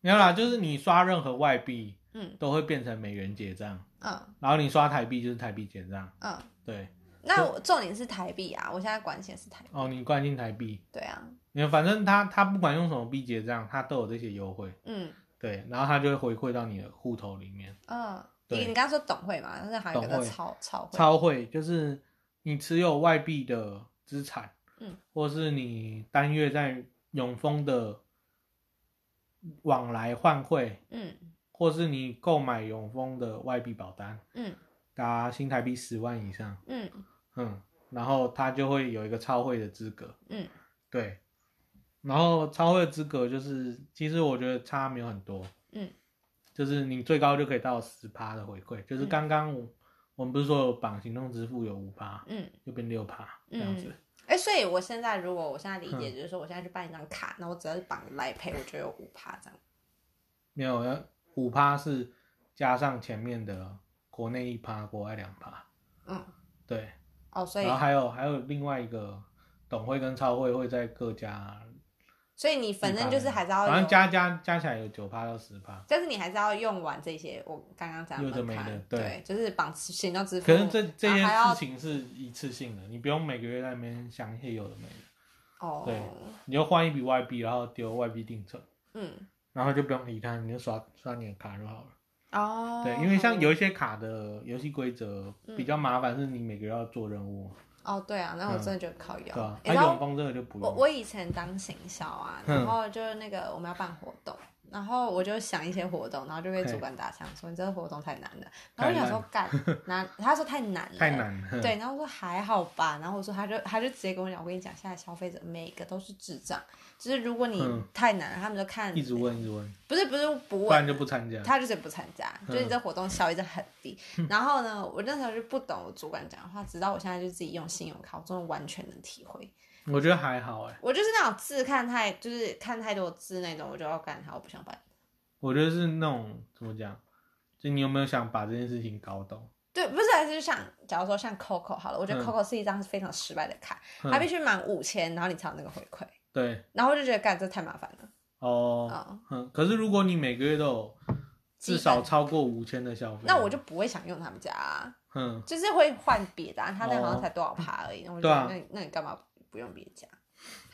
没有啦，就是你刷任何外币
嗯
都会变成美元结账，
嗯
然后你刷台币就是台币结账。
嗯，
对，
那我重点是台币啊，我现在关心的是台币，
哦，你关进台币，
对啊，
你看反正他他不管用什么币结账，他都有这些优惠。
嗯
对，然后他就会回馈到你的户头里面。
嗯，
对
你你刚刚说懂汇嘛，但是还有一个
懂
叫
汇
超超汇，
超汇就是你持有外币的资产，
嗯，
或是你单月在永丰的往来换汇，
嗯
或是你购买永丰的外币保单，
嗯
达新台币十万以上，
嗯
嗯，然后它就会有一个超会的资格，
嗯
对，然后超会的资格就是，其实我觉得差没有很多，
嗯，
就是你最高就可以到十趴的回馈，就是
嗯
刚刚我,、我们不是说有绑行动支付有五趴，
嗯。
就变六趴这样子，
哎、所以我现在如果我现在理
嗯
解就是说，我现在去办一张卡，那我只要是绑 Line Pay，我就有五趴这样。
没有，五趴是加上前面的国内一趴，国外两趴，
嗯，
对，
哦，所以
然后还有还有另外一个董会跟超会会在各家，
所以你反正就是还是要
反正
有，
加加加起来有九趴到十趴，
但是你还是要用完这些我刚刚讲
有的
门槛
没的对
对，就是绑行动支付。
可是这这
然后
件
还要
事情是一次性的，你不用每个月在那边想一些有的没的，
哦，
对你就换一笔外币，然后丢外币定存，
嗯，
然后就不用理它，你就刷刷你的卡就好了。
哦，嗯
对，因为像有一些卡的游戏规则比较麻烦，是你每个月要做任务，
哦，对啊，那我真的觉得靠
对啊
腰。
吧？
你
它
知道
永丰这个就不
我
用，
我以前当行销啊，
嗯
然后就是那个我们要办活动，然后我就想一些活动，然后就被主管打枪说你这个活动太难了，然后我想说干
*laughs*
难，他说太难了，
太。难了。
对，然后我说还好吧，然后我说他就他就直接跟我讲，我跟你讲，现在消费者每个都是智障，就是如果你
嗯
太难了，他们就看
一直问一直问，
不是不是不
不
问，
然就不参加。
他就是不参加，
嗯
就是你这活动效益真的很
*laughs*
低。然后呢，我那时候就不懂我主管讲的话，直到我现在就自己用信用卡，我真的完全能体会。
我觉得还好哎、
我就是那种字看太，就是看太多字那种，我就要干他，我不想办。
我觉得是那种怎么讲，就你有没有想把这件事情搞懂？
对，不是，还是像，假如说像 Coco 好了，我觉
嗯
得 Coco 是一张非常失败的卡，
嗯
它必须满五千，然后你才有那个回馈，
对
然后我就觉得干这太麻烦了。
哦，
嗯，
嗯，可是如果你每个月都有至少超过五千的消费，
那我就不会想用他们家、啊，
嗯，
就是会换别的、啊，他那好
哦
像才多少趴而已，那我就
对
觉
啊
得那、那你干嘛不用别家？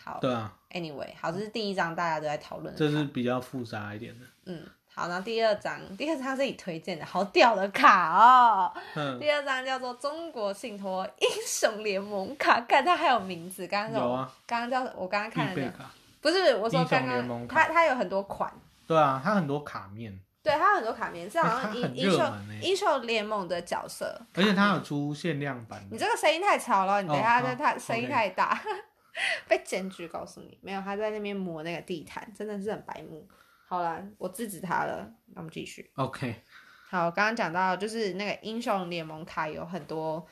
好
对啊，
，Anyway，好，这是第一章大家都在讨论的
这
卡
是比较复杂一点的，
嗯，好，然后第二章，第二章是你推荐的，好屌的卡哦。
嗯，
第二张叫做《中国信托英雄联盟卡》，看它还有名字。刚刚
有
我
啊，
刚刚叫我刚刚看
必
了那
备
个，
卡，
不是我说
英雄
刚
联盟
刚
卡
它它有很多款，
对啊，它很多卡面，
对，它有很多卡面，是好
它 *laughs*
像英
很
英
热
雄
门诶、
英雄联盟的角色。
而且它有出限量版
你
的，
这个声音太吵了，你等一下
哦
那
好
太声音
OK
太大， *laughs* 被检举告诉你。没有，他在那边磨那个地毯，真的是很白目。好了，我制止他了，那我们继续。
OK，
好，刚刚讲到就是那个英雄联盟卡有很多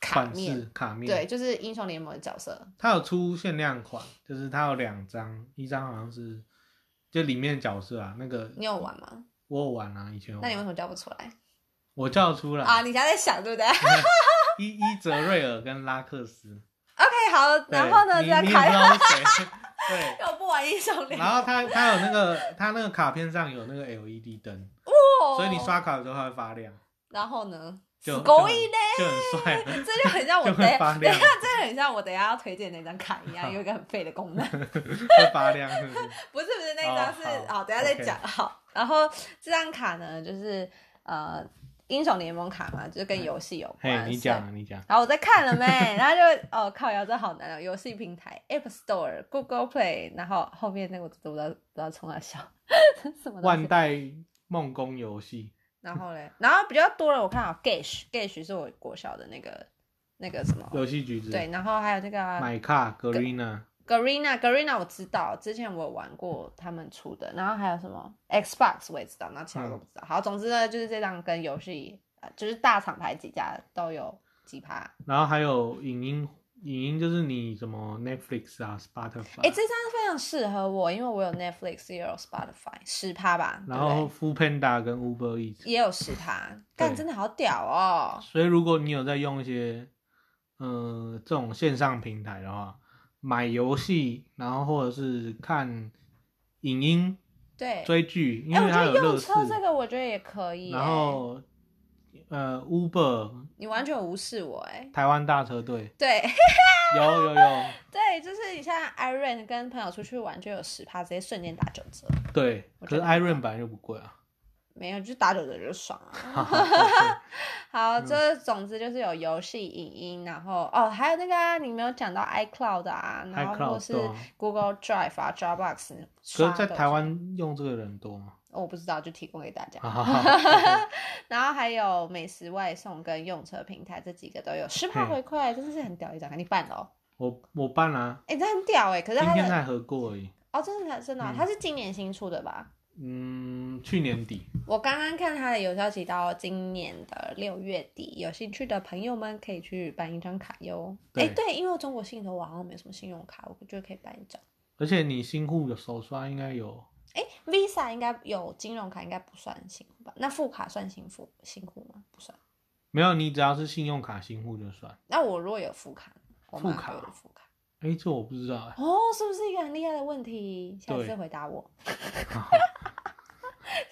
卡
款
面
式，卡面，
对，，就是英雄联盟的角色，
它有出限量款，就是它有两张，一张好像是就里面的角色啊，那个
你有玩吗？
我有玩啊，以前有
那你为
玩
什么叫不出来
我叫得出来
啊？你现在在想对不对？OK，
伊伊泽瑞尔跟拉克斯，
好，
对
*laughs* 然后呢，
你
再
你也不知
开，
道是谁，对。
*laughs* 我不玩英雄联
然后它它有那个它那个卡片上有那个 LED 灯，
盟，
所以你，刷卡的时候它会发亮，
然后呢？
就
狗
就
一
很
类，
就很帅。
这就
*laughs*
很像我
就
等
会
一下
发
等一
亮
下，这就很像我等一下要推荐那张卡一
*laughs*
样，有一个很废的功能。
会发亮是不是？
不是不是，那一张是
哦好
好，等一下再
OK
讲好。然后这张卡呢，就是呃，英雄联盟卡嘛，就是跟游戏有
*laughs* 嗯嘿，
关。
你
所以
讲啊，你讲，
然后我在看了没， *laughs* 然后就哦靠，呀，这好难哦！游戏平台 App Store、Google Play，然后后面那个我都不知道，不知道从哪笑， *laughs* 什么东
万
西。
代梦工游戏，
然后嘞，然后比较多的我看好 Gage Gage 是我国小的那个那个什么，
游戏橘子，
对，然后还有那个啊
买卡 Garena，
Garena Garena 我知道，之前我有玩过他们出的，然后还有什么 Xbox 我也知道，然后其他我都不知道。好，总之呢，就是这张跟游戏，呃就是大厂牌几家都有几趴。
然后还有影音，影音就是你什么 Netflix 啊，Spotify，、
哎、这张非常适合我，因为我有 Netflix，也有 Spotify，十趴吧，
啊然后
对
f o o Panda 跟 Uber Eats，
不对？也有十趴，
对
但真的好屌哦！
所以如果你有在用一些，呃，这种线上平台的话，买游戏，然后或者是看影音、
对，
追剧，因
哎、
为
我觉
它
得
有
用
乐视，
车这个我觉得也可以、
然后呃，Uber
哎你完全无视我哎、
台湾大车队
对 *laughs*
有有有，
对，就是你像 Iron 跟朋友出去玩就有十趴，直接瞬间打九折，
对，
我
可
觉
是
得
Iron 本来就不贵
*laughs*
啊，
没有就打九折就爽啊。
哈哈对嗯
好，这总之就是有游戏、影音，然后哦，还有那个、啊、你没有讲到 iCloud 啊，然后或
iCloud
是
对啊
Google Drive 啊、Dropbox，
可
刷
是，在
都
台
有
湾用这个人多
*laughs*
吗？ *laughs*
哦我不知道，就提供给大家。
哈哈哈
然后还有美食外送跟用车平台这几个都有，十趴
嘿
回馈真的是很屌一张，你办了哦，
我我办啦、啊，
哎、这很屌哎、可是
今
它
天
的
才合过而已，
哦，真的真的哦、
嗯
它是今年新出的吧？
嗯，去年底，
我刚刚看它的有效期到今年的六月底，有兴趣的朋友们可以去办一张卡哟。哎、
对
对，因为中国信托我好像没有什么信用卡，我觉得可以办一张。
而且你新户的手刷应该有。
哎，Visa 应该有金融卡，应该不算新户吧？那副卡算新户新户吗？不算。
没有，你只要是信用卡新户就算。
那我如果有副卡，我妈
副卡
给我的副卡，
哎，这我不知道哎、
哦，是不是一个很厉害的问题？下次
对
回答我，
欸好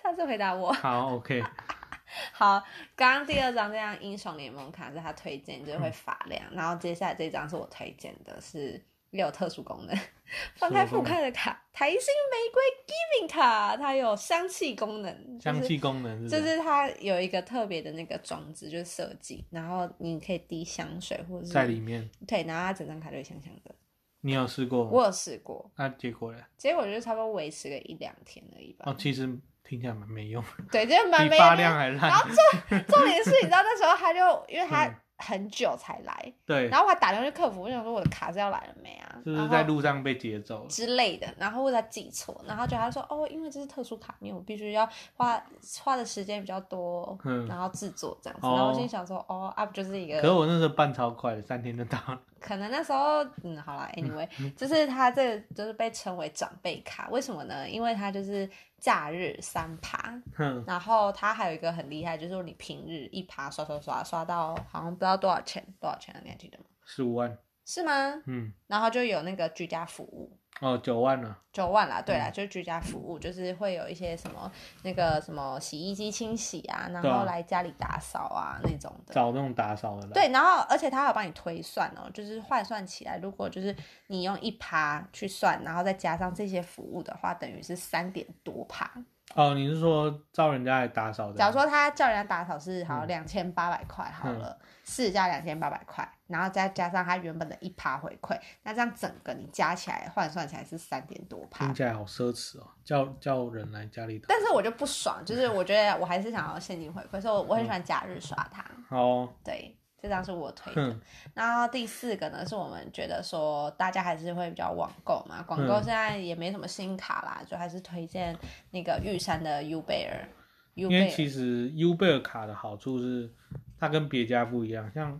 下次回答我。
好，OK，
*laughs* 好，刚刚第二张这张英雄联盟卡是他推荐，就会发亮。然后接下来这张是我推荐的，是有特殊功能，翻开副卡的卡，台新玫瑰 Giving 卡，它有香气功能，就是
香气功能是不
就是是它有一个特别的那个装置，就是设计，然后你可以滴香水或者是
在里面。哦
对，然后它整张卡就会香香的。
你有试过吗？
我有试过，
那结果呢？
结果就是差不多维持个一两天而已吧。
哦，其实听起来蛮没用，
对，就是蛮
比
没
发
用的
量还烂。
重点是，你知道那时候他就因为他
嗯
很久才来，
对
然，后我还打电话去客服，我想说我的卡是要来了没啊？
就是
然
在
后
路上被劫走了。
之类的，然后或者他记错，然后就他说哦，因为这是特殊卡面，我必须要花花的时间比较多，
嗯
然后制作这样子。
哦
然后我心里想说哦啊，不就是一
可是
个
我那时候办超快的，三天就到了。
可能那时候嗯，好啦 a n y w a y 就是他这个就是被称为长辈卡，为什么呢？因为他就是假日三趴，
哼，
然后它还有一个很厉害，就是你平日一趴刷刷刷刷到好像不知道多少钱，多少钱啊？你还记得吗？
十五万，
是吗？
嗯，
然后就有那个居家服务，
哦，九万了，
九万啦，
嗯
对啦，就是居家服务，就是会有一些什么那个什么洗衣机清洗啊，然
对啊
后来家里打扫啊那种的。
找那种打扫的来。
对，然后而且它还有帮你推算哦，就是换算起来，如果就是你用一趴去算，然后再加上这些服务的话，等于是三点多趴。
哦，你是说招人家来打扫的？啊
假如说他叫人家打扫是
嗯
好两千八百块好了，四加两千八百块，然后再加上他原本的一趴回馈，那这样整个你加起来换算起来是三点多趴
听。起来好奢侈哦，叫叫人来家里打。
但是我就不爽，就是我觉得我还是想要现金回馈，所以我我很喜欢假日刷它。
好哦，
对，这张是我推的。
哼，
然后第四个呢，是我们觉得说大家还是会比较网购嘛，网购
嗯
现在也没什么新卡啦，就还是推荐那个玉山的 U 贝尔。U
因为
贝尔
其实 U 贝尔卡的好处是，它跟别家不一样，像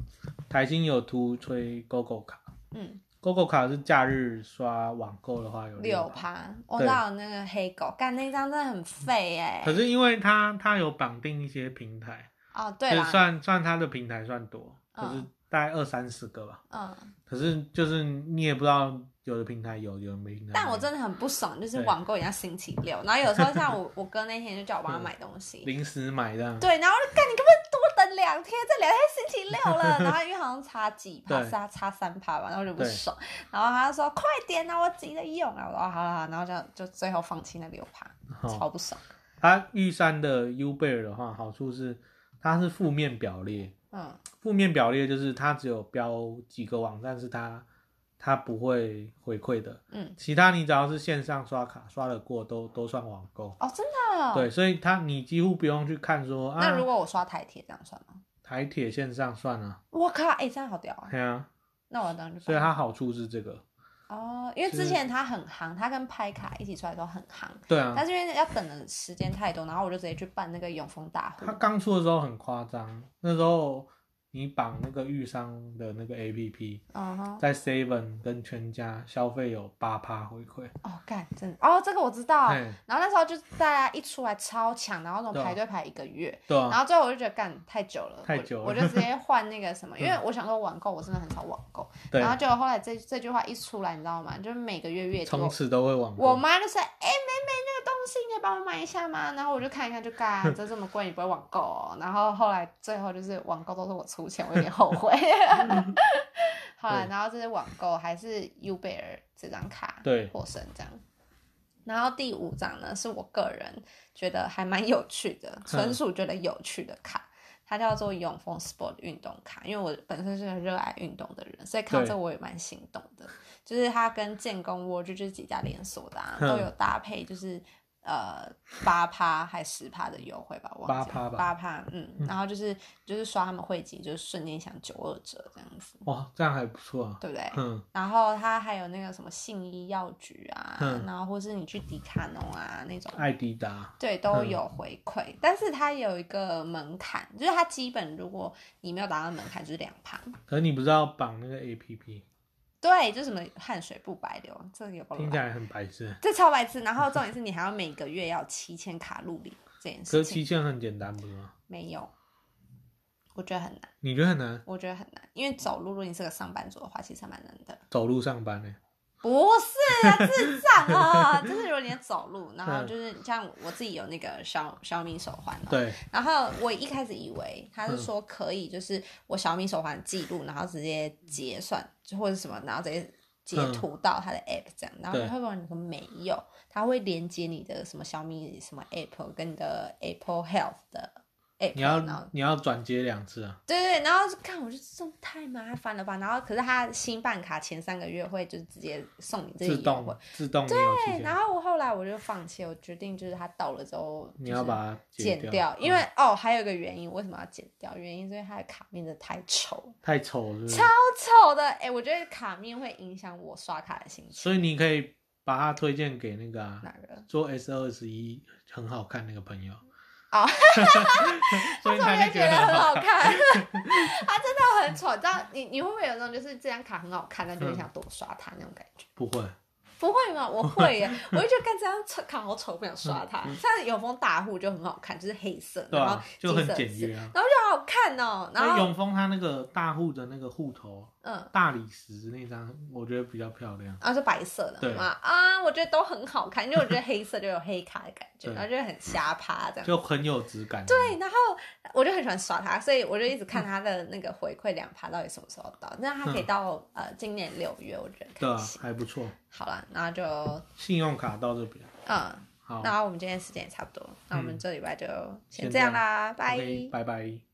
台新有突吹 GoGo 卡
嗯
，GoGo 卡是假日刷网购的话有
六
六趴，
趴，我
对
那有那个黑狗，干那张真的很废哎、
可是因为它它有绑定一些平台，
哦，对
就
啦，
算算它的平台算多，可是
嗯
大概二三十个吧。
嗯，
可是就是你也不知道有的平台有，有的没平台没有。
但我真的很不爽，就是
对
网购人家星期六，然后有时候像
*laughs*
我我哥那天就叫我帮他买东西，
临时买的，
对，然后我就干你根本多等两天，这两天星期六
*laughs*
了，然后因为好像差几趴，
对
是他差三趴吧，然后我就不
对
爽，然后他就说快点啊，我急着用啊，我说哦好了好了，然后就就最后放弃那六趴，
哦
超不爽，
它玉山的 U 贝尔的话，好处是它是负面表列，
嗯
负面表列就是它只有标几个网站是它它不会回馈的，
嗯，
其他你只要是线上刷卡刷得过都都算网购。
哦，真的哦。
对，所以它你几乎不用去看说
那如
啊，
果我刷台铁这样算吗？
台铁线上算了、
我靠，哎、这样好屌啊！
对啊，
那我当然就
所以
刷
它好处是这个，
哦，因为
就
之
是
前他很行，他跟拍卡一起出来都很行，
对啊，
但是因为要等的时间太多，然后我就直接去办那个永丰大户
它。刚出的时候很夸张，那时候你绑那个玉商的那个 APP，
嗯哼，
在 Seven 跟全家消费有八趴回馈，
哦，干，真的，哦，这个我知道。
嘿
然后那时候就是大家一出来超强，然后那
对
种
啊
排队排一个月，
对啊，
然后最后我就觉得干太久了，
太久了嗯
我，我就
*laughs*
直接换那个什么，因为我想说网购，我真的很少网购，
对
然，后就后来这这句话一出来，你知道吗？就是每个月月
从
多。
此都会网
我
购，
妈就是，哎、妹妹那个东西你可以帮我买一下吗？然后我就看一看，就干，这这么贵，你不会网购、哦。然后后来最后就是网购都是我出钱，我有点后
*laughs*
悔。好了，
对
然后这是网购还是 U 贝尔这张卡
对
获胜这样。然后第五张呢，是我个人觉得还蛮有趣的，纯属觉得有趣的卡。它叫做永丰 Sport 运动卡，因为我本身是个热爱运动的人，所以看到
对
这我也蛮心动的。就是它跟建工蜗居这几家连锁的、啊、
哼
都有搭配，就是呃八趴还十趴的优惠吧，我忘记
8%吧
八趴，嗯，然后就是就是刷他们汇集，就是瞬间享九二折这样子，
哇，这样还不错啊，
对不对？
嗯，
然后它还有那个什么信医药局啊，
嗯
然后或是你去迪卡侬啊那种，
艾迪达，
对，都有回馈，但是它有一个门槛，就是它基本如果你没有达到门槛就是两趴，
可是你不知道绑那个 APP，
对，就什么汗水不白流，这个有够
听
烂
起来很白痴，
这超白痴。然后重点是你还要每个月要七千卡路里这件
可
事
是
情，
期限很简单，不是吗？
没有，我觉得很难，
你觉得很难？
我觉得很难，因为走路，如果你是个上班族的话，其实还蛮难的。
走路上班呢？
不是啊，智障啊！就是如果你走路，然后就是像我自己有那个小小米手环嘛，
对，
然后我一开始以为他是说可以，就是我小米手环记录，然后直接结算就或者什么，然后直接截图到他的 app 这样，然后
对
会问你说没有，他会连接你的什么小米什么 app 跟你的 Apple Health 的 app，
你要
然后
你要转接两次啊，
对对，对然后就看我就这种太麻烦了吧，然后可是他新办卡前三个月会就是直接送你这个
自
优惠
动。自动没有期
对，然
限，
后我后来我就放弃，我决定就是他到了之后，
你要把它
剪
掉，
掉，因
嗯
为、哦，还有一个原因，为什么要剪掉？原因是因为它的卡面真的太丑了，
太丑了是不是，
超丑的。哎、我觉得卡面会影响我刷卡的心情。
所以你可以把它推荐给那个啊，
哪个？
做 S 二十一很好看那个朋友。 *laughs*
哦，
所以
突
他
然
就
觉
觉
得
得
很
很
好
好看。 *laughs*
看，它真的很丑。你知道你你会不会有那种就是这张卡很好看，但
嗯
就很想多刷它那种感觉？
不会，
不会吗？我会
*laughs*
耶，我就觉得干这张丑卡好丑，不想刷它。像永丰大户就很好看，就是黑色，
嗯对
然后
啊，就很
金色
简
字，
约啊。
然后就好好看哦。然
那
后
永丰他那个大户的那个户头
嗯，
大理石那张，我觉得比较漂亮。
然后是白色的
对
嘛啊，我觉得都很好看，因为我觉得黑色就有黑卡的感觉，
对
然后就很瞎趴这样。
就很有质感。
对，然后我就很喜欢刷它，所以我就一直看它的那个回馈两趴到底什么时候到。那它可以到、呃今年六月，我觉得
嗯对
开
啊，
心。
还不错。
好了，那就
信用卡到这边，
嗯，
好，嗯
那我们今天时间也差不多，那我们这礼拜就先
先
这
这
样
样
啦，拜。
OK，拜拜。